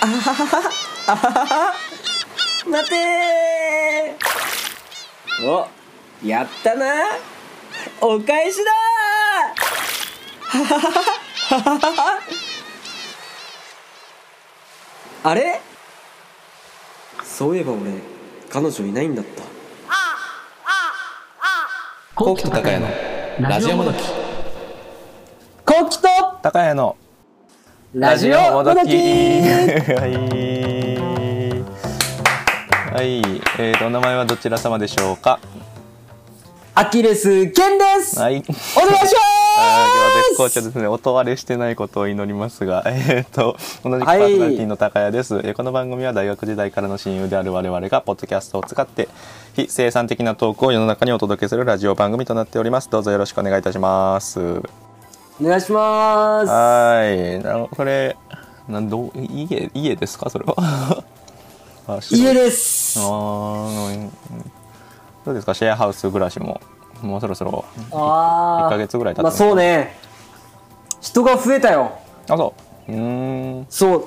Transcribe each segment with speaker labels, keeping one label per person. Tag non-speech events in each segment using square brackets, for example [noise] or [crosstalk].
Speaker 1: はははあははは待てーおやったなお返しだーははははははは [laughs] あれそういえば俺彼女いないんだった
Speaker 2: 高木と高谷のラジオもどき
Speaker 1: コキと
Speaker 3: 高谷の
Speaker 1: ラジオもどき
Speaker 3: はいはい、えーとお名前はどちら様でしょうか
Speaker 1: アキレスケンです
Speaker 3: はい
Speaker 1: お願いします
Speaker 3: あー今日は絶好調ですね。音割れしてないことを祈りますが、 [laughs] えっ、と、同じくパ
Speaker 1: はい
Speaker 3: ーソナリティの高谷です、えーこの番組は大学時代からの親友である我々が、ポッドキャストを使って、非生産的なトークを世の中にお届けするラジオ番組となっております。どうぞよろしくお願いいたします。
Speaker 1: お願いします
Speaker 3: はい。なこれ、なんどう家、家ですか
Speaker 1: [laughs]
Speaker 3: それは。あ
Speaker 1: 家
Speaker 3: す。
Speaker 1: です
Speaker 3: あーうんどうですかシェアハウス暮らしも。もうそろそろ。
Speaker 1: ああ
Speaker 3: 1ヶ月ぐらい経って
Speaker 1: ま
Speaker 3: ま
Speaker 1: あ
Speaker 3: すね
Speaker 1: そうね人が増えたよ
Speaker 3: あ、そう。うーん。
Speaker 1: そう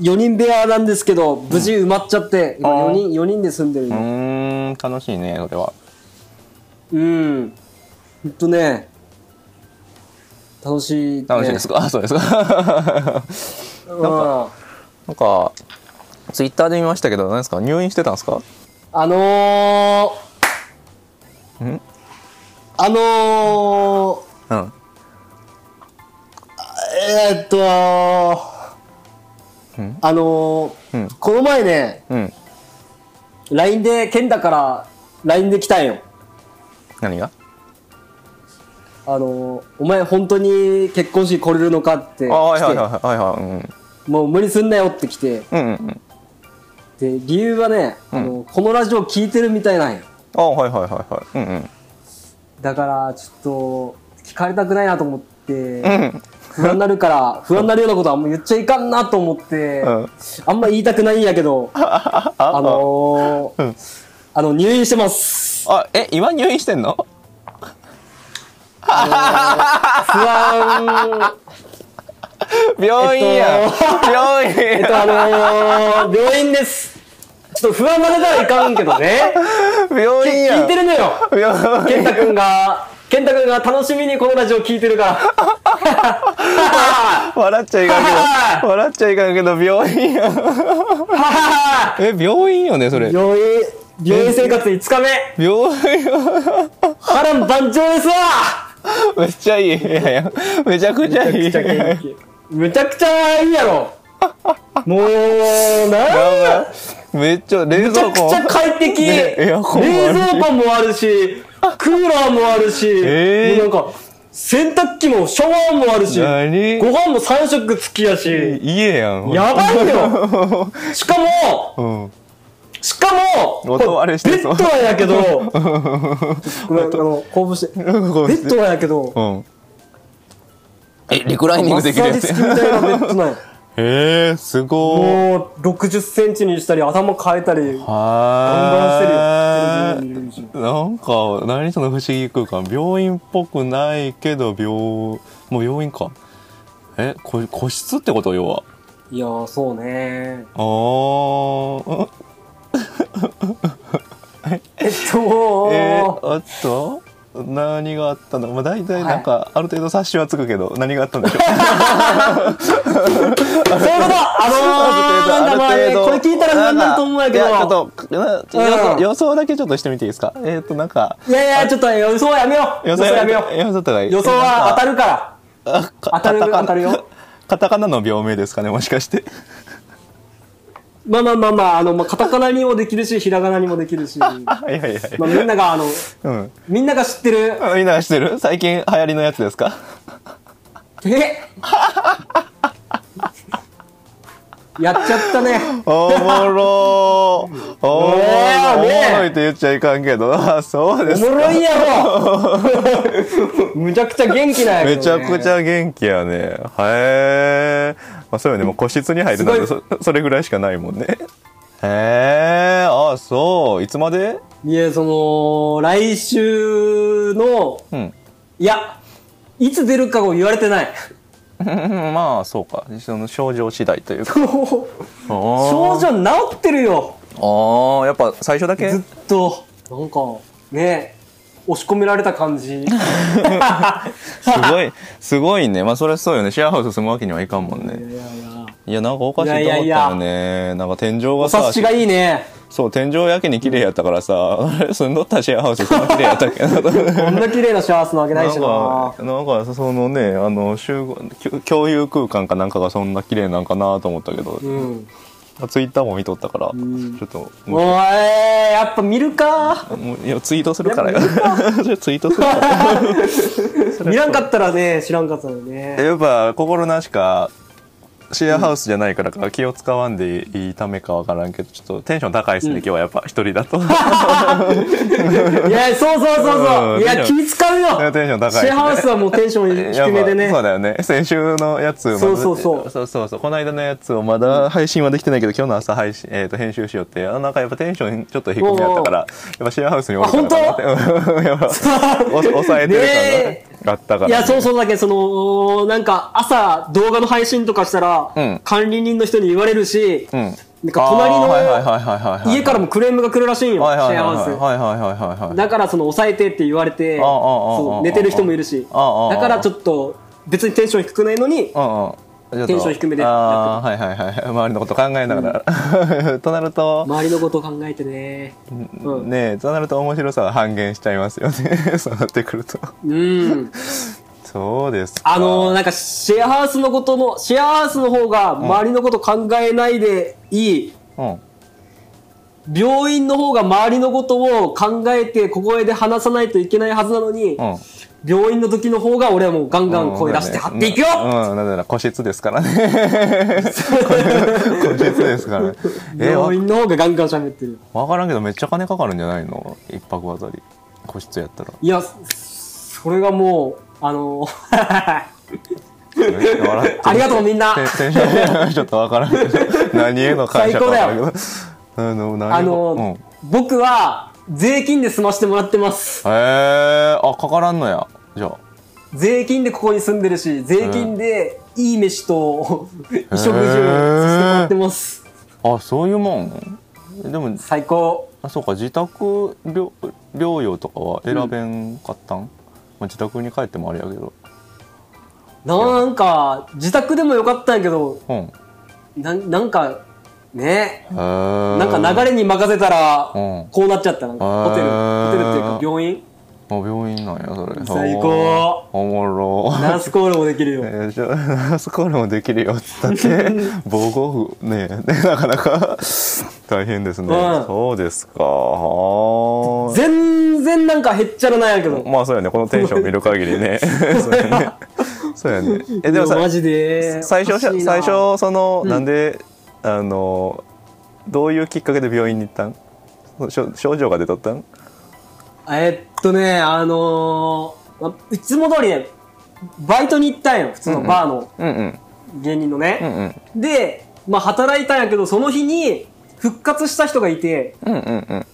Speaker 1: 4人部屋なんですけど無事埋まっちゃって、今
Speaker 3: あー
Speaker 1: 4人4人で住んでる
Speaker 3: う
Speaker 1: の
Speaker 3: ーん、楽しいね、それは。
Speaker 1: うんほんとね楽しい、ね、
Speaker 3: 楽しいですか、 [laughs] あ、そうですか。 [laughs]
Speaker 1: うんか
Speaker 3: なんか、ツイッターで見ましたけど、何ですか入院してたんですか
Speaker 1: あのー、
Speaker 3: ん
Speaker 1: あの
Speaker 3: うん。
Speaker 1: ー、えー、っと
Speaker 3: ん
Speaker 1: あのー
Speaker 3: うん
Speaker 1: この前ね
Speaker 3: うん。
Speaker 1: LINE で健太から LINE で来たんよ
Speaker 3: 何が
Speaker 1: あのお前本当に結婚式来れるのかって来て、
Speaker 3: あ、はいはいはいはいはい。うん
Speaker 1: もう無理すんなよって来て
Speaker 3: うんうんうん。
Speaker 1: で理由はね、
Speaker 3: うん
Speaker 1: あのこのラジオ聞いてるみたいなんよ
Speaker 3: あ、はいはいはいはい。うんうん。
Speaker 1: だからちょっと聞かれたくないなと思って、
Speaker 3: うん。
Speaker 1: 不安になるから不安になるようなことはあんま言っちゃいかんなと思って、
Speaker 3: うん
Speaker 1: あんま言いたくないんやけどあのー
Speaker 3: うん
Speaker 1: あの入院してます
Speaker 3: あ、え、今入院してんの
Speaker 1: 不安
Speaker 3: 病院や、
Speaker 1: えっと
Speaker 3: 病院
Speaker 1: えっとあのー病院ですちょっと不安が出たらいかんけどね
Speaker 3: 病院や
Speaker 1: 聞いてるのよ
Speaker 3: 病
Speaker 1: 健
Speaker 3: 院
Speaker 1: 太くんが、健太くんが楽しみにこのラジオ聞いてるから。
Speaker 3: 笑っちゃいかんけど笑っちゃいかんけど病院やえ病院よねそれ
Speaker 1: 病院、病院生活5日目、
Speaker 3: 病院よ
Speaker 1: 波乱万丈ですわ
Speaker 3: めっちゃいいいやいやめちゃくちゃいい
Speaker 1: むちゃくちゃいいやろ。もう、なんや。
Speaker 3: やばいめっちゃ冷
Speaker 1: めちゃ
Speaker 3: 蔵
Speaker 1: くちゃ
Speaker 3: 庫
Speaker 1: 快適。
Speaker 3: ねエ
Speaker 1: 冷
Speaker 3: アコンもあるし
Speaker 1: 蔵庫もあるし、クーラーもあるし、
Speaker 3: えー
Speaker 1: もうなんか、洗濯機もシャワーもあるし、ご
Speaker 3: 何
Speaker 1: 飯も3食付きやし、
Speaker 3: 家やん
Speaker 1: やばいよ。しかも、
Speaker 3: うん
Speaker 1: しかも、
Speaker 3: 音割れして
Speaker 1: ベッ
Speaker 3: そう
Speaker 1: ドはや [laughs] けど、ごめん、あの、興奮して。ベ
Speaker 3: 興奮して
Speaker 1: ッドはやけど、
Speaker 3: うんえリクライニン
Speaker 1: マ
Speaker 3: グ
Speaker 1: ッ
Speaker 3: でき
Speaker 1: サ
Speaker 3: る
Speaker 1: ー
Speaker 3: や
Speaker 1: ジ
Speaker 3: つ
Speaker 1: 付きみたいなベッドなんよ
Speaker 3: へえすごい
Speaker 1: もう、60センチにしたり、頭変えたり、ガンガ
Speaker 3: は
Speaker 1: ンしてる
Speaker 3: ー
Speaker 1: よ全然見れるし。
Speaker 3: なんか何その不思議空間病院っぽくないけど病もう病院かえこ個室ってこと要はい
Speaker 1: やー、そうね
Speaker 3: あー
Speaker 1: えっと、
Speaker 3: んえー、あと何があったのまあ大体なんかある程度察しはつくけど、何があったんでしょ
Speaker 1: [laughs] そ
Speaker 3: う
Speaker 1: ういうこと
Speaker 3: [laughs]
Speaker 1: あのー、なんかまあね、これ聞いたら不安になると思うんやけど、
Speaker 3: いやちょっとなちょ予想予想だけちょっとしてみていいですかえっ、となんか
Speaker 1: いやいや、ちょっと予想はやめよう。予想はやめよう。
Speaker 3: 予想とかいい
Speaker 1: 予想は当たるから。
Speaker 3: あか
Speaker 1: 当たる
Speaker 3: カタカナ
Speaker 1: 当たるよ
Speaker 3: カタカナの病名ですかねもしかして
Speaker 1: まあまあまあまあ、あの、まあ、カタカナにもできるし、ひらがなにもでき
Speaker 3: [laughs]
Speaker 1: るし、まあ、
Speaker 3: あいやいやいや
Speaker 1: みんなが、あの、
Speaker 3: うん
Speaker 1: みんなが知ってる、
Speaker 3: あみんなが知ってる最近流行りのやつですか
Speaker 1: えやっちゃったね。
Speaker 3: おもろーおもろ
Speaker 1: ね
Speaker 3: ー
Speaker 1: え
Speaker 3: おもろいって言っちゃいかんけどあそうで
Speaker 1: お
Speaker 3: す
Speaker 1: もろいやろむちゃくちゃ元気なんやけ
Speaker 3: めち
Speaker 1: ど
Speaker 3: ゃ
Speaker 1: ね、
Speaker 3: くちゃ元気やねへえ、まあ、そうよねもう個室に入るなんて
Speaker 1: す
Speaker 3: そそれぐらいしかないもんねへえあそういつまで
Speaker 1: いや、その、来週の、
Speaker 3: うん [laughs]
Speaker 1: いや、いつ出るかを言われてない。
Speaker 3: うんまあそうかその症状次第というか
Speaker 1: 症
Speaker 3: あ
Speaker 1: 状
Speaker 3: ー
Speaker 1: 治ってるよ
Speaker 3: あーやっぱ最初だけ
Speaker 1: ずっとなんかね押し込められた感じ
Speaker 3: [laughs] すごいすごいねまあそれはそうよねシェアハウス住むわけにはいかんもんね
Speaker 1: いやいや
Speaker 3: いやなんかおかしいと思ったよね
Speaker 1: いやいや
Speaker 3: なんか天井
Speaker 1: お
Speaker 3: がさ
Speaker 1: 察しがいいね
Speaker 3: そう天井やけに綺麗やったからさ、あれ住んどったシェアハウスそんな綺麗やったっけな
Speaker 1: [laughs] こんな綺麗な幸せなわけない
Speaker 3: なん
Speaker 1: しな
Speaker 3: かなんかそのねあの集合共共有空間かなんかがそんな綺麗なんかなと思ったけど、
Speaker 1: うん
Speaker 3: ツイッターも見とったから、ちょっとも
Speaker 1: おいやっぱ見るか
Speaker 3: うもういやツイートするからよ [laughs] ツイートするから
Speaker 1: 見らんかったらね知らんかったよね
Speaker 3: やっぱ心なしかシェアハウスじゃないからか気を使わんでいいためかわからんけどちょっとテンション高いですね、今日はやっぱ一人だと
Speaker 1: いやそうそうそうそううんいや気使うよ
Speaker 3: いやテンション高いです
Speaker 1: シ
Speaker 3: ね
Speaker 1: ェアハウスはもうテンション低めで
Speaker 3: や
Speaker 1: ね
Speaker 3: っぱそうだよね先週のやつまず
Speaker 1: そうそうそう
Speaker 3: そうそうそうこの間のやつをまだ配信はできてないけど今日の朝配信、えー、と編集しようってあなんかやっぱテンションちょっと低めやったからやっぱシェアハウスにおるからかなってやっぱお抑えてる
Speaker 1: ね
Speaker 3: 感があったから、
Speaker 1: [laughs] いや、そうそうだけど、その、なんか、朝、動画の配信とかしたら、
Speaker 3: うん
Speaker 1: 管理人の人に言われるし、
Speaker 3: うん
Speaker 1: なんか、隣
Speaker 3: あーはいはいはい
Speaker 1: の
Speaker 3: はいはいはい
Speaker 1: 家からもクレームが来るらしいんよ、シ
Speaker 3: はいはい
Speaker 1: ェ
Speaker 3: は
Speaker 1: アハ
Speaker 3: い
Speaker 1: ウ
Speaker 3: はいはいはいはいはい
Speaker 1: ス。だから、その、抑えてって言われて、
Speaker 3: ああああああ
Speaker 1: そう寝てる人もいるし、
Speaker 3: ああああ
Speaker 1: だから、ちょっと、別にテンション低くないのに、
Speaker 3: うんうん、
Speaker 1: テンション低めで
Speaker 3: あーはいはいはい周りのこと考えながら、となると、
Speaker 1: 周りのことを考えてね。うん。
Speaker 3: ねえとなると面白さは半減しちゃいますよね [laughs] そうなってくると
Speaker 1: うん。
Speaker 3: そうですか
Speaker 1: あのーなんか、シェアハウスのことの、シェアハウスの方が、周りのこと考えないでいい、
Speaker 3: うん
Speaker 1: 病院の方が周りのことを考えて小声で話さないといけないはずなのに、
Speaker 3: うん
Speaker 1: 病院の時の方が俺はもうガンガン声出して張っていくよ、
Speaker 3: うんなうんなぜなら個室ですから
Speaker 1: [laughs]
Speaker 3: ね個室ですからねえわ
Speaker 1: 病院の方がガンガン喋ってる
Speaker 3: わからんけどめっちゃ金かかるんじゃないの一泊あたり個室やったら
Speaker 1: いやそれがもうあ
Speaker 3: [laughs]
Speaker 1: の
Speaker 3: めっちゃ笑
Speaker 1: [laughs]
Speaker 3: ってる
Speaker 1: ありがとうみんな
Speaker 3: テンテンション [laughs] ちょっとわからんけど何への感謝かわからんけどあの何を
Speaker 1: あの、
Speaker 3: うん
Speaker 1: 僕は税金で済ましてもらってます
Speaker 3: へえあかからんのやじゃあ
Speaker 1: 税金でここに住んでるし税金でいい飯と [laughs] 衣食住させてもらってます
Speaker 3: あそういうもんでも
Speaker 1: 最高
Speaker 3: あそうか自宅療療養とかは選べんかったん、まあ、自宅に帰ってもあれやけど
Speaker 1: なんか自宅でもよかったんやけど
Speaker 3: うんへ
Speaker 1: なんなんかね
Speaker 3: えな
Speaker 1: なんか流れに任せたら
Speaker 3: うん
Speaker 1: こうなっちゃったなんか
Speaker 3: へー
Speaker 1: ホテルホテルっていうか病院
Speaker 3: あ病院なんやそれ
Speaker 1: 最高
Speaker 3: おもろ
Speaker 1: ナースコールもできるよ
Speaker 3: [laughs] えー、じゃあ [laughs] ナースコールもできるよっつったって防護服ねえ [laughs] ねなかなか [laughs] 大変ですね、
Speaker 1: うん
Speaker 3: そうですかはーい
Speaker 1: 全然なんかへっちゃらなんやけど
Speaker 3: まあそうやねこのテンション見る限
Speaker 1: [laughs]
Speaker 3: りね [laughs] そうやねそうやねえでもさ
Speaker 1: いやマジで
Speaker 3: 最初
Speaker 1: おかしいな
Speaker 3: 最初その、なんであのどういうきっかけで病院に行ったんそ症症状が出とったん
Speaker 1: えっとねあのーまいつも通りねバイトに行ったんよ普通のバーの
Speaker 3: うんうん
Speaker 1: 芸人の
Speaker 3: う
Speaker 1: ね、
Speaker 3: んうん
Speaker 1: で、まあ、働いたんやけどその日に復活した人がいて、
Speaker 3: うんうんうん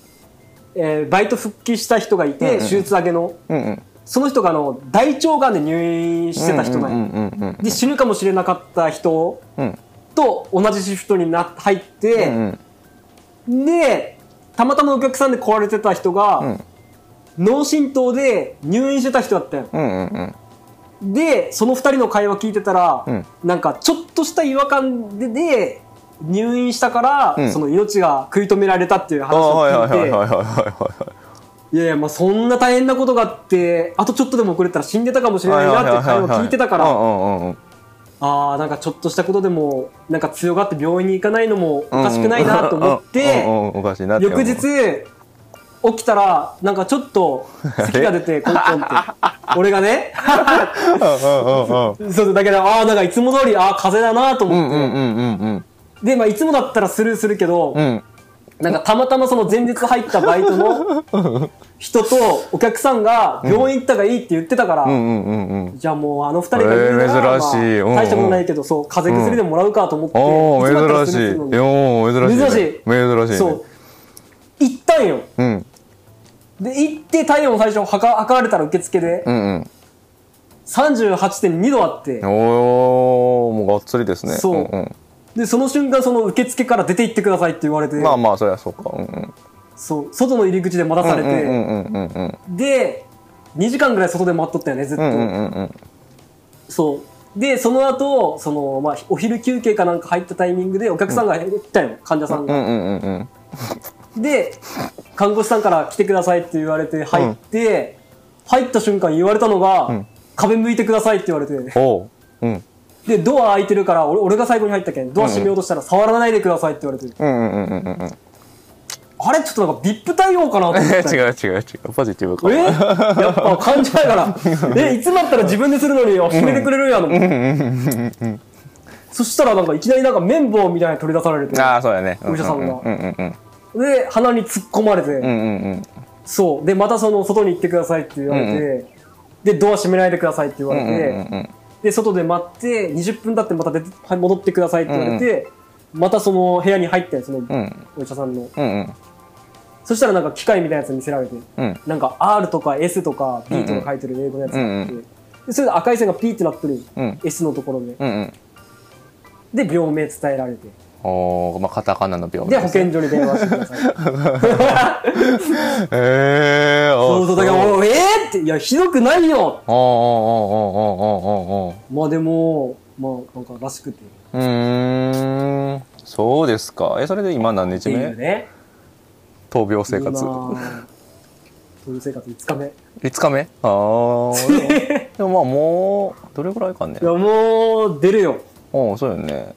Speaker 1: えーバイト復帰した人がいて、手術明けの
Speaker 3: うんうん
Speaker 1: その人があの大腸がんで入院してた人なんよ
Speaker 3: うんうんうん
Speaker 1: で死ぬかもしれなかった人
Speaker 3: うん
Speaker 1: と同じシフトにな入っ
Speaker 3: うんう
Speaker 1: て、
Speaker 3: ん
Speaker 1: でたまたまお客さんで来られてた人が、
Speaker 3: ん
Speaker 1: 脳震盪で入院してた人だったよ
Speaker 3: うんうんうん
Speaker 1: でその2人の会話聞いてたら、
Speaker 3: うん
Speaker 1: なんかちょっとした違和感でで入院したから、
Speaker 3: うん
Speaker 1: その命が食い止められたっていう話
Speaker 3: ああ
Speaker 1: を
Speaker 3: はいはい
Speaker 1: 聞
Speaker 3: はいはいはい
Speaker 1: い
Speaker 3: はいはい
Speaker 1: ていやいやもうそんな大変なことがあってあとちょっとでも遅れたら死んでたかもしれないなっていう会話聞いてたから、
Speaker 3: うんうんうんうん
Speaker 1: あーなんかちょっとしたことでもなんか強がって病院に行かないのもおかしくないなと思っ
Speaker 3: うんうん
Speaker 1: て
Speaker 3: うんおかしいなって思う
Speaker 1: 翌日起きたらなんかちょっと咳が出てコンコンって
Speaker 3: [laughs]
Speaker 1: 俺がね
Speaker 3: うんうんうんうん
Speaker 1: そうそうだけどああなんかいつも通りああ風邪だなと
Speaker 3: う
Speaker 1: 思
Speaker 3: ん
Speaker 1: って、
Speaker 3: うんうんうんうん
Speaker 1: でまあいつもだったらスルーするけど、
Speaker 3: うん
Speaker 1: なんかたまたまその前日入ったバイトの
Speaker 3: [laughs]
Speaker 1: 人とお客さんが病院行った方がいいって言ってたから、
Speaker 3: うんうんうんうん
Speaker 1: じゃあもうあの二人が言うなら、
Speaker 3: えー珍しい
Speaker 1: まあ
Speaker 3: うん
Speaker 1: 大したことないけどそう風邪薬でもらうかと思って、
Speaker 3: お
Speaker 1: いつもだったら
Speaker 3: お珍し
Speaker 1: スルーするのに
Speaker 3: いおお珍しい
Speaker 1: 珍しい
Speaker 3: 珍しいね
Speaker 1: そう行ったんよ
Speaker 3: うん
Speaker 1: で行って体温最初測測られたら受付で、
Speaker 3: うんうん
Speaker 1: 38.2度あって、
Speaker 3: おおもうがっつりですね
Speaker 1: そうん
Speaker 3: うん
Speaker 1: で、その瞬間、その受付から出て行ってくださいって言われて、
Speaker 3: まあまあそりゃそうかうんうん
Speaker 1: そう、外の入り口で待たされ
Speaker 3: うんう
Speaker 1: て、
Speaker 3: んうんうんうん
Speaker 1: で、2時間ぐらい外で待っとったよね、ずっと。
Speaker 3: うんうんうんうん
Speaker 1: そう。で、その後、その、まあ、お昼休憩かなんか入ったタイミングで、お客さんが減ったよ、患者さん
Speaker 3: う
Speaker 1: が。
Speaker 3: んうんうんうん
Speaker 1: で、看護師さんから来てくださいって言われて、入って、入った瞬間言われたのが、
Speaker 3: ん
Speaker 1: 壁向いてくださいって言われて、
Speaker 3: おううん
Speaker 1: で、ドア開いてるから、俺俺が最後に入ったけん、ドア閉めようとしたら、触らないでくださいって言われて、
Speaker 3: うんうんうんうんうんうん
Speaker 1: あれちょっとなんか VIP 対応かなと思って。
Speaker 3: 違う違う違うポジティブか
Speaker 1: え [laughs] やっぱ患者や
Speaker 3: [laughs]
Speaker 1: からえいつもだったら自分でするのにあ決めてくれるんやの、そしたらなんかいきなりなんか綿棒みたいなの取り出されて
Speaker 3: ああそうやね
Speaker 1: お医者さんが
Speaker 3: うんうんうん
Speaker 1: で鼻に突っ込まれて、
Speaker 3: うんうんうん
Speaker 1: そうでまたその外に行ってくださいって言われて、でドア閉めないでくださいって言わ
Speaker 3: う
Speaker 1: れ
Speaker 3: ん
Speaker 1: て、
Speaker 3: うんうんうん
Speaker 1: で外で待って20分経ってまた出てはい戻ってくださいって言われて、またその部屋に入ったよその
Speaker 3: うん
Speaker 1: お医者さんの、
Speaker 3: うんうん
Speaker 1: そしたらなんか機械みたいなやつ見せられて、
Speaker 3: うん
Speaker 1: なんか R とか S とか B とか書いてる英語のやつがあって、
Speaker 3: うんう
Speaker 1: でそれで赤い線がピーってなってる、
Speaker 3: うん
Speaker 1: S のところで
Speaker 3: うんうん
Speaker 1: で病名伝えられて
Speaker 3: おおまあカタカナの病名
Speaker 1: で保健所に電話してくだ
Speaker 3: [laughs]
Speaker 1: さい
Speaker 3: ええ
Speaker 1: そうそうだから
Speaker 3: おう
Speaker 1: もうええー、っていやひどくないよ
Speaker 3: おうおうおうおうおうおうおう
Speaker 1: まあでもまあなんからしくてっ
Speaker 3: うーんそうですかえそれで今何日
Speaker 1: てい
Speaker 3: 目、
Speaker 1: うね
Speaker 3: 闘病生活
Speaker 1: 今そういう生活5日目い
Speaker 3: 5日目あ
Speaker 1: [laughs]
Speaker 3: あでもまあもうどれぐらいかね
Speaker 1: やもう出るよ
Speaker 3: うんそうよね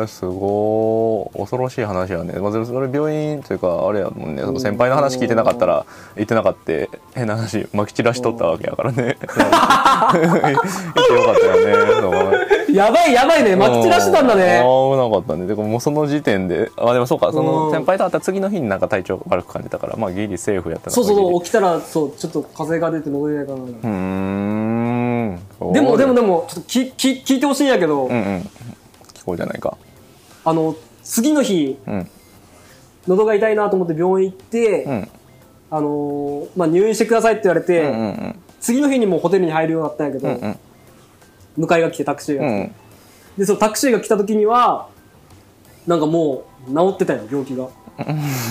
Speaker 3: へえすごい恐ろしい話やね、まあ、でもそれ病院というかあれやもんねその先輩の話聞いてなかったら言ってなかった変な話まき散らしとったわけやから [laughs] ね言ってよかったよねそうね
Speaker 1: やばいやばいね [laughs] 巻き散らしてたんだね
Speaker 3: うん危なかったね。でももうその時点で、あでもそうか、そ
Speaker 1: うん
Speaker 3: の先輩と会った次の日になんか体調悪く感じたから、まあギリセーフやったのか
Speaker 1: そうそう
Speaker 3: ギ
Speaker 1: そ
Speaker 3: リ
Speaker 1: う起きたらそうちょっと風が出て喉痛いかな
Speaker 3: うーん。
Speaker 1: でもでも
Speaker 3: ね。
Speaker 1: でもちょっときき聞いてほしいんやけど、
Speaker 3: うんうん。聞こうじゃないか。
Speaker 1: あの次の日
Speaker 3: うん
Speaker 1: 喉が痛いなと思って病院行って、
Speaker 3: うん
Speaker 1: あのーまあ、入院してくださいって言われて、
Speaker 3: うんうん
Speaker 1: 次の日にもうホテルに入るようになったんやけど、
Speaker 3: うんうん
Speaker 1: 迎えが来てタクシーが、
Speaker 3: うんうん。
Speaker 1: でそのタクシーが来た時にはなんかもう治ってたよ病気
Speaker 3: [laughs]
Speaker 1: が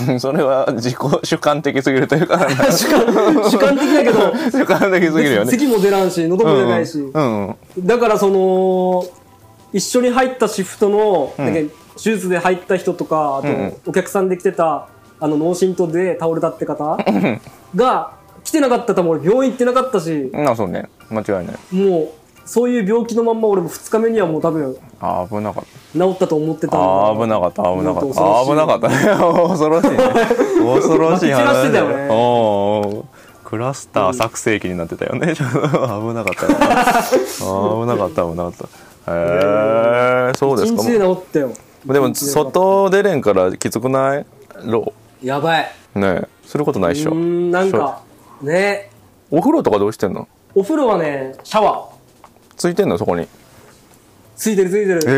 Speaker 3: うんそれは自己主観的すぎるというか、
Speaker 1: 主観主観的だけど
Speaker 3: 主観的すぎるよね。
Speaker 1: 咳も出らんし喉も出ないし、
Speaker 3: うんうん。
Speaker 1: だからその一緒に入ったシフトの、
Speaker 3: ん
Speaker 1: だけ手術で入った人とかあと、
Speaker 3: うんうん
Speaker 1: お客さんで来てたあの脳震盪で倒れたって方が来てなかったら多分俺病院行ってなかったし
Speaker 3: うんあそうね。間違いない。
Speaker 1: もうそういう病気のまんま俺も2日目にはもう多分
Speaker 3: あ危なかった。
Speaker 1: 治ったと思ってた
Speaker 3: あー危
Speaker 1: い
Speaker 3: なかった危なかっ
Speaker 1: 本
Speaker 3: た
Speaker 1: 当
Speaker 3: あー危なかったね恐ろしいね恐ろしい
Speaker 1: まき散らし
Speaker 3: 話
Speaker 1: てたよね
Speaker 3: おうおうクラスター作成期になってたよねちょっと危なかったなあー危なかった危なかったへえそうです
Speaker 1: 1
Speaker 3: か
Speaker 1: 日で治ったよ
Speaker 3: でも
Speaker 1: 一日で治った
Speaker 3: 外出れんからきつくないろ
Speaker 1: やばいう
Speaker 3: ねえすることないっし
Speaker 1: うー
Speaker 3: ょ
Speaker 1: んなんかね
Speaker 3: お風呂とかどうしてんの
Speaker 1: お風呂はねシャワー
Speaker 3: ついてんのそこに
Speaker 1: ついてるついてるちゃ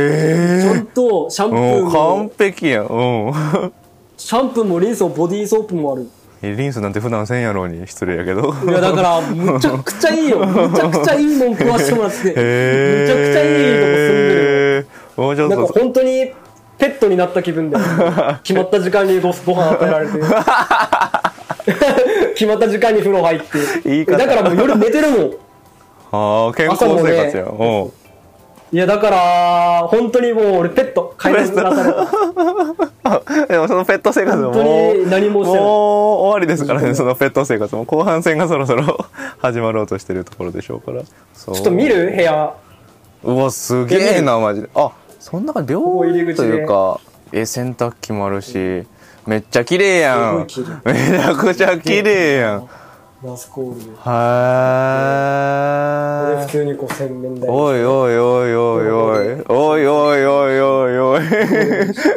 Speaker 3: え
Speaker 1: んとシャンプ
Speaker 3: え
Speaker 1: ー
Speaker 3: うん
Speaker 1: も
Speaker 3: 完璧やんうん [laughs]
Speaker 1: シャンプーもリンスもボディーソープもある
Speaker 3: リンスなんて普段せんやろうに失礼やけど
Speaker 1: いやだからむちゃくちゃいい
Speaker 3: [laughs]
Speaker 1: よむちゃくちゃいいもん食わしてもらってむちゃくちゃいいとこ住んでるよ
Speaker 3: へーもうちょっ
Speaker 1: なんか
Speaker 3: と
Speaker 1: 本当にペットになった気分で決まった時間
Speaker 3: [laughs]
Speaker 1: にごご飯与えられて決まった時間に風呂入って
Speaker 3: 言い方
Speaker 1: だからもう夜寝てるもん
Speaker 3: ああ健康生活や
Speaker 1: 朝
Speaker 3: うん [laughs]
Speaker 1: いやだから本当にもう俺ペット飼い主になされ
Speaker 3: [laughs]
Speaker 1: た
Speaker 3: でもそのペット生活も
Speaker 1: 本当に何も
Speaker 3: もう
Speaker 1: してない
Speaker 3: 終わりですからねそのペット生活も後半戦がそろそろ [laughs] 始まろうとしてるところでしょうからちょ
Speaker 1: ちょっと見る部屋
Speaker 3: うわすげえなマジであそんな感じ
Speaker 1: こ
Speaker 3: 病
Speaker 1: 入り
Speaker 3: 院
Speaker 1: 口
Speaker 3: と
Speaker 1: で
Speaker 3: いうかえ洗濯機もあるしめっちゃ綺麗やんめ
Speaker 1: すごい
Speaker 3: ちゃくちゃ綺麗やんへ
Speaker 1: ラスコールで
Speaker 3: え
Speaker 1: で普通にこう洗面台
Speaker 3: おいおいおいおいおいおいおいおいおいおい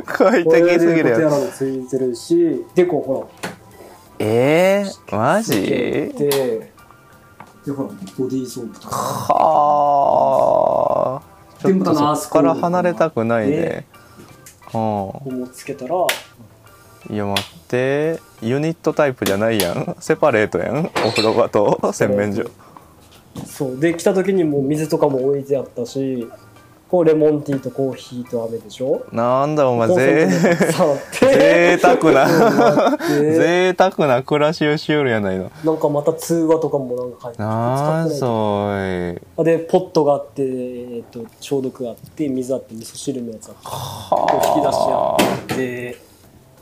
Speaker 3: 快
Speaker 1: これ
Speaker 3: 適すぎる
Speaker 1: でこう手
Speaker 3: や
Speaker 1: 洗
Speaker 3: ん
Speaker 1: いもついてるしでこうほら
Speaker 3: えー、マ
Speaker 1: で
Speaker 3: ジ
Speaker 1: でほらボディーソープとか
Speaker 3: はあち
Speaker 1: で
Speaker 3: ょっ
Speaker 1: もだ
Speaker 3: と
Speaker 1: な
Speaker 3: そこから離れたくないね
Speaker 1: ね
Speaker 3: は
Speaker 1: ここもつけたら
Speaker 3: あいや待ってユニットタイプじゃないやんセパレートやんお風呂場と洗面所
Speaker 1: そうで来た時にもう水とかも置いてあったしこうレモンティーとコーヒーと飴でしょ
Speaker 3: なんだお前
Speaker 1: コンセント
Speaker 3: ぜ
Speaker 1: で触っ
Speaker 3: 贅
Speaker 1: て
Speaker 3: 沢な
Speaker 1: で
Speaker 3: 贅沢な暮らしをしよるやないの
Speaker 1: なんかまた通話とかもなんか入ってきて使って
Speaker 3: なん
Speaker 1: ないと
Speaker 3: そい
Speaker 1: あでポットがあって、えっと消毒があって水あって味噌汁のやつあってで引き出しあって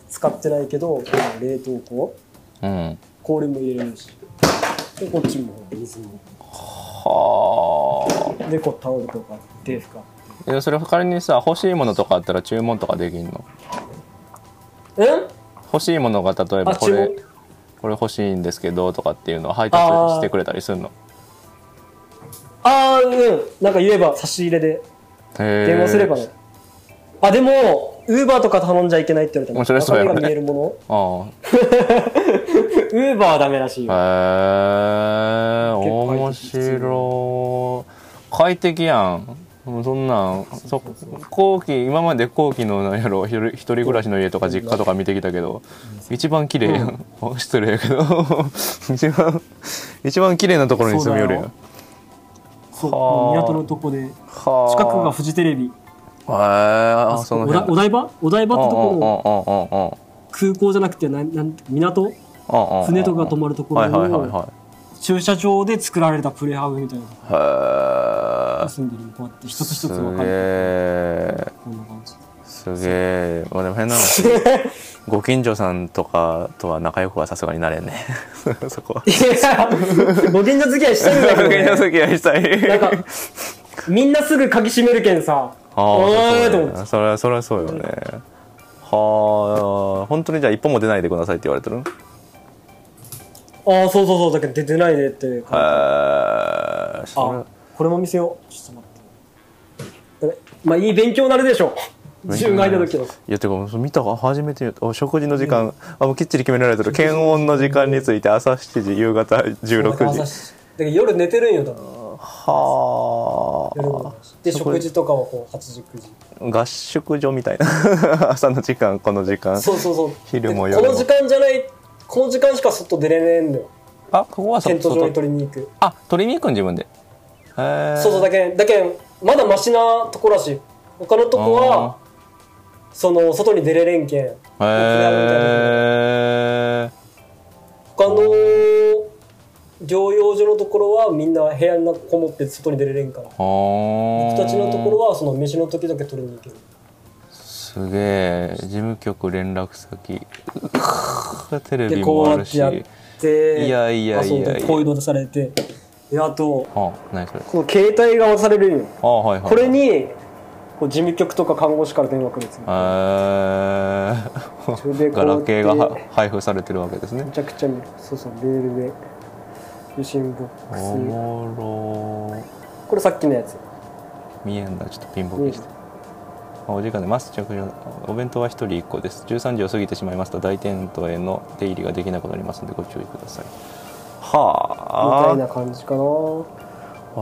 Speaker 1: 使ってないけど冷凍庫
Speaker 3: うん
Speaker 1: 氷も入れれるしでこっちも水も
Speaker 3: は
Speaker 1: でこうタオルとか手拭か
Speaker 3: あいやそれ仮にさ欲しいものとかあったら注文とかできんの
Speaker 1: え
Speaker 3: 欲しいものが例えば
Speaker 1: あ
Speaker 3: これ
Speaker 1: 注
Speaker 3: これ欲しいんですけどとかっていうのを配達
Speaker 1: あー
Speaker 3: してくれたりするの
Speaker 1: ああうんなんか言えば差し入れで電
Speaker 3: 電
Speaker 1: 話すればねあでもウーバーとか頼んじゃいけないって言われた
Speaker 3: 面白いそうや
Speaker 1: 中
Speaker 3: ね
Speaker 1: 身が見える
Speaker 3: [laughs]
Speaker 1: も
Speaker 3: あ
Speaker 1: のウーバーはダメらしいよ
Speaker 3: あへえ面
Speaker 1: 結構入ってきて
Speaker 3: 白い快適やんもうそんなんそ後期今まで後期のなんやろひろ一人暮らしの家とか実家とか見てきたけど一番綺麗や [laughs] ん、失礼やけど一番一番綺麗なところに住みよるやん
Speaker 1: そうそう
Speaker 3: はあ
Speaker 1: 港のとこで
Speaker 3: はあ
Speaker 1: 近くがフジテレビ
Speaker 3: へえあその
Speaker 1: おだ
Speaker 3: 辺
Speaker 1: お台場お台場ってところ
Speaker 3: こ
Speaker 1: 空港じゃなくてなんなんて港船とかが止まるところ
Speaker 3: はいはいはい
Speaker 1: の
Speaker 3: はい
Speaker 1: 駐車場で作られたプレハブみたいなの
Speaker 3: へ
Speaker 1: が
Speaker 3: え
Speaker 1: 住んでるのこうやって一つ一つ
Speaker 3: すげ
Speaker 1: 分かれて
Speaker 3: え
Speaker 1: こんな [laughs] 感じ
Speaker 3: すげえまあでも
Speaker 1: [laughs]
Speaker 3: 変な話ご近所さんとかとは仲良くはさすがになれんね [laughs] そこはい
Speaker 1: やご近所付き合いしてるん
Speaker 3: [laughs]
Speaker 1: だけ
Speaker 3: ご
Speaker 1: どね
Speaker 3: 近所付き合いした
Speaker 1: なん
Speaker 3: い
Speaker 1: かみんなすぐ鍵閉めるけんさ
Speaker 3: ああ
Speaker 1: おーいと
Speaker 3: そう
Speaker 1: 思っ
Speaker 3: ね
Speaker 1: て
Speaker 3: それはそれはそうよねはあ本当にじゃあ一歩も出ないでくださいって言われてるの
Speaker 1: ああそうそうそうだけど出てないねって
Speaker 3: へ
Speaker 1: あ
Speaker 3: えそれ
Speaker 1: これも見せようちょっと待ってあれまあいい勉強になるでしょ自分が空いた時の
Speaker 3: いやてか見たか初めてお食事の時間、あもうきっちり決められてる検温の時間について朝7時夕方16時
Speaker 1: で夜寝てるんよ多分夜
Speaker 3: は
Speaker 1: もで食事とかはこう8時9時
Speaker 3: あ合宿所みたいな [laughs] 朝の時間この時間
Speaker 1: そうそうそう
Speaker 3: 昼も
Speaker 1: で
Speaker 3: 夜も
Speaker 1: この時間じゃないこの時間しか外出れねえんだよ
Speaker 3: あここは
Speaker 1: テント上に
Speaker 3: 外
Speaker 1: 取りに行く
Speaker 3: あ取りに行くん自分でへえ
Speaker 1: そうそうだけんだけんまだマシなとこらしい他のとこはその外に出れれんけん
Speaker 3: へえ
Speaker 1: 他の療養所のところはみんな部屋にこもって外に出れれんから僕
Speaker 3: 僕
Speaker 1: たちのところはその飯の時だけ取りに行ける
Speaker 3: すげえ事務局連絡先テレ
Speaker 1: で
Speaker 3: ビ
Speaker 1: こ
Speaker 3: も
Speaker 1: うや
Speaker 3: ある
Speaker 1: って
Speaker 3: し
Speaker 1: やって
Speaker 3: いやいやいやいや
Speaker 1: 遊んでこういうの出されてであと
Speaker 3: あ何それ
Speaker 1: この携帯が渡されるんよ
Speaker 3: あはいはい
Speaker 1: これにこう事務局とか看護師から電話来るんですよ
Speaker 3: へー
Speaker 1: それでこ
Speaker 3: ガ
Speaker 1: うや
Speaker 3: ラ
Speaker 1: って
Speaker 3: ケーがは配布されてるわけですね
Speaker 1: めちゃくちゃ見るそうそうメールで受信ボック
Speaker 3: お
Speaker 1: ス
Speaker 3: もろ
Speaker 1: これさっきのやつ
Speaker 3: 見えんだちょっとピンボケして、あお時間でます着用お弁当は1人1個です13時を過ぎてしまいますと大テントへの出入りができなくなりますのでご注意ください
Speaker 1: みたい
Speaker 3: は
Speaker 1: な感じかな
Speaker 3: あ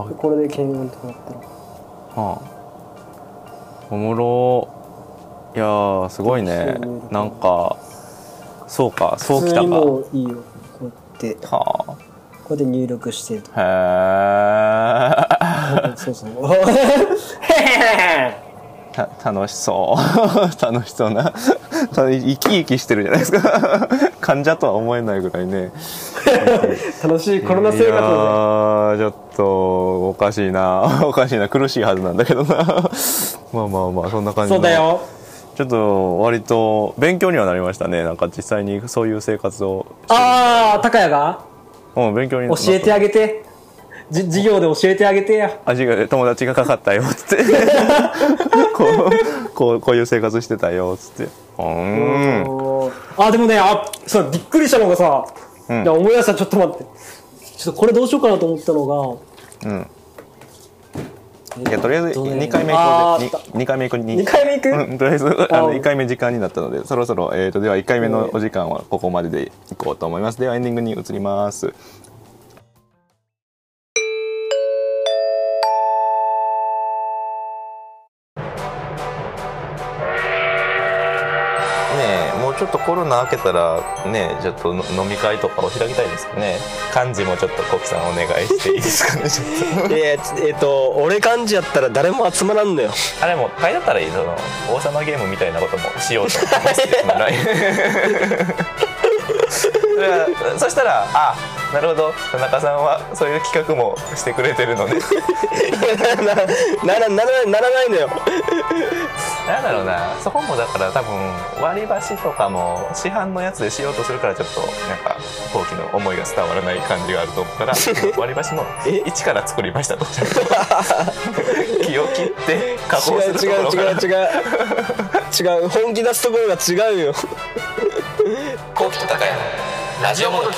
Speaker 1: でこれで検温とかやったら
Speaker 3: はあおもろいやーすごいね
Speaker 1: そうね
Speaker 3: なんかそうかそう
Speaker 1: 普
Speaker 3: き
Speaker 1: 通
Speaker 3: た
Speaker 1: にも
Speaker 3: か
Speaker 1: ういいよこうやってこ
Speaker 3: は
Speaker 1: うやって入力してと
Speaker 3: あへえ
Speaker 1: そう [laughs] そうへへへ
Speaker 3: た楽しそう [laughs] 楽しそうな [laughs] た生き生きしてるじゃないですか [laughs] 患者とは思えないぐらいね
Speaker 1: 楽しいコロナ
Speaker 3: い
Speaker 1: 生
Speaker 3: や
Speaker 1: 活
Speaker 3: ーちょっとおかしいな [laughs] おかしいな苦しいはずなんだけどな [laughs] まあまあまあそんな感じ
Speaker 1: そう
Speaker 3: の
Speaker 1: だよ
Speaker 3: ちょっと割と勉強にはなりましたねなんか実際にそういう生活を
Speaker 1: ああ高谷が
Speaker 3: うん勉強にな
Speaker 1: 教
Speaker 3: った
Speaker 1: えてあげてじ授業で教えてあげてよ
Speaker 3: 味が友達がかかったよっ
Speaker 1: [laughs]
Speaker 3: つってこうこうこういう生活してたよっつってうん
Speaker 1: あでもねあそうびっくりしたのがさ、
Speaker 3: ん
Speaker 1: いや思い出したちょっと待ってちょっとこれどうしようかなと思ったの
Speaker 3: うん。いやとりあえず
Speaker 1: どれ
Speaker 3: 2回目行
Speaker 1: あ
Speaker 3: こ
Speaker 1: ー
Speaker 3: う
Speaker 1: あっ
Speaker 3: で2回目行こう
Speaker 1: が2
Speaker 3: に
Speaker 1: 回目行く、
Speaker 3: うん、とりあえずあ
Speaker 1: あ
Speaker 3: の
Speaker 1: ー
Speaker 3: 1回目時間になったのでそろそろ、えー、とでは1回目のお時間はここまででいこうと思いますではエンディングに移りますねえもうちょっ
Speaker 4: ちょっとコロナ明けたらねちょっとの飲み会とかを開きたいですかね漢字もちょっとコキさんお願いしていいですかねちょっと
Speaker 5: いやいやつえっ、と俺漢字やったら誰も集まらんのよ
Speaker 4: あれも書いてあったらいいその王様ゲームみたいなこともしようと思ってますそのラインだから [laughs] そしたらあなるほど田中さんはそういう企画もしてくれてるので
Speaker 5: [laughs] ならならならならないのよ
Speaker 4: なんだろうなそこもだから多分割り箸とかも市販のやつでしようとするからちょっとなんか陶器の思いが伝わらない感じがあると思うから
Speaker 5: [laughs]
Speaker 4: 割り箸も「一から作りました」とちゃんと気を切って加工
Speaker 5: 違う
Speaker 4: するとこ
Speaker 5: 違
Speaker 4: ろ
Speaker 5: う違う
Speaker 4: が
Speaker 5: 違う違う本気出すところが違うよ
Speaker 2: コウキと高山ラジオもどき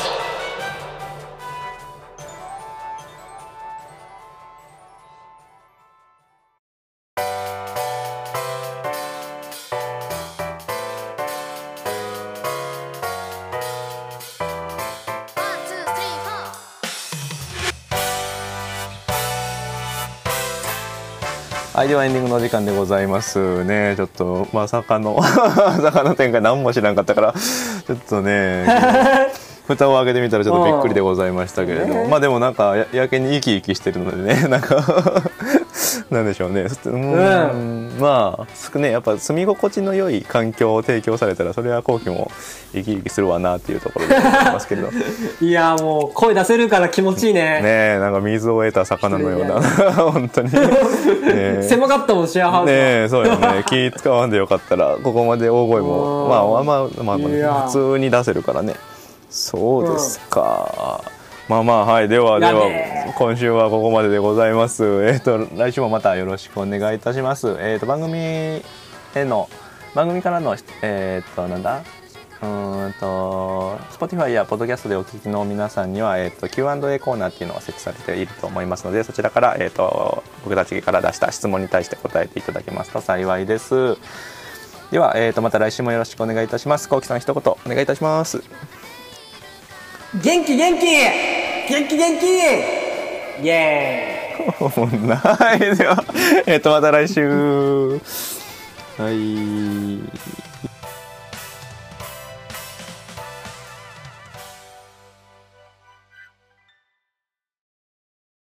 Speaker 3: はい、ではエンディングのお時間でございますね。ちょっと、まさかの [laughs] 、まさかの展開何も知らんかったから、ちょっとね、蓋を開けてみたらちょっとびっくりでございましたけれども、まあでもなんかや、やけに生き生きしてるのでね、 [laughs] なんか、なんでしょうね。うーんまあ、少ね、やっぱ住み心地の良い環境を提供されたら、それは後期も生き生きするわなっていうところでございますけれど、ね
Speaker 6: いやーもう声出せるから気持ちいいね
Speaker 3: え、なんか水を得た魚のような、本当に。ねえ
Speaker 6: 狭かったもんシェアハウス、
Speaker 3: ねえそうよ
Speaker 6: [laughs]
Speaker 3: ね気使わんでよかったらここまで大声もまあまあまあ、まあ
Speaker 6: いや
Speaker 3: 普通に出せるからねそうですか、まあまあはいではで
Speaker 6: やべ
Speaker 3: は今週はここまででございますえっ、と来週もまたよろしくお願いいたしますえっ、と番組への番組からのえっ、となんだうーんと Spotify や Podcast でお聞きの皆さんには、えっと Q&A コーナーっていうのを設置されていると思いますのでそちらから、えっと僕たちから出した質問に対して答えていただけますと幸いですでは、えっとまた来週もよろしくお願いいたしますこうきさん一言お願いいたします
Speaker 1: 元気元気元気元気イエーイ
Speaker 3: もうないではえっとまた来週はい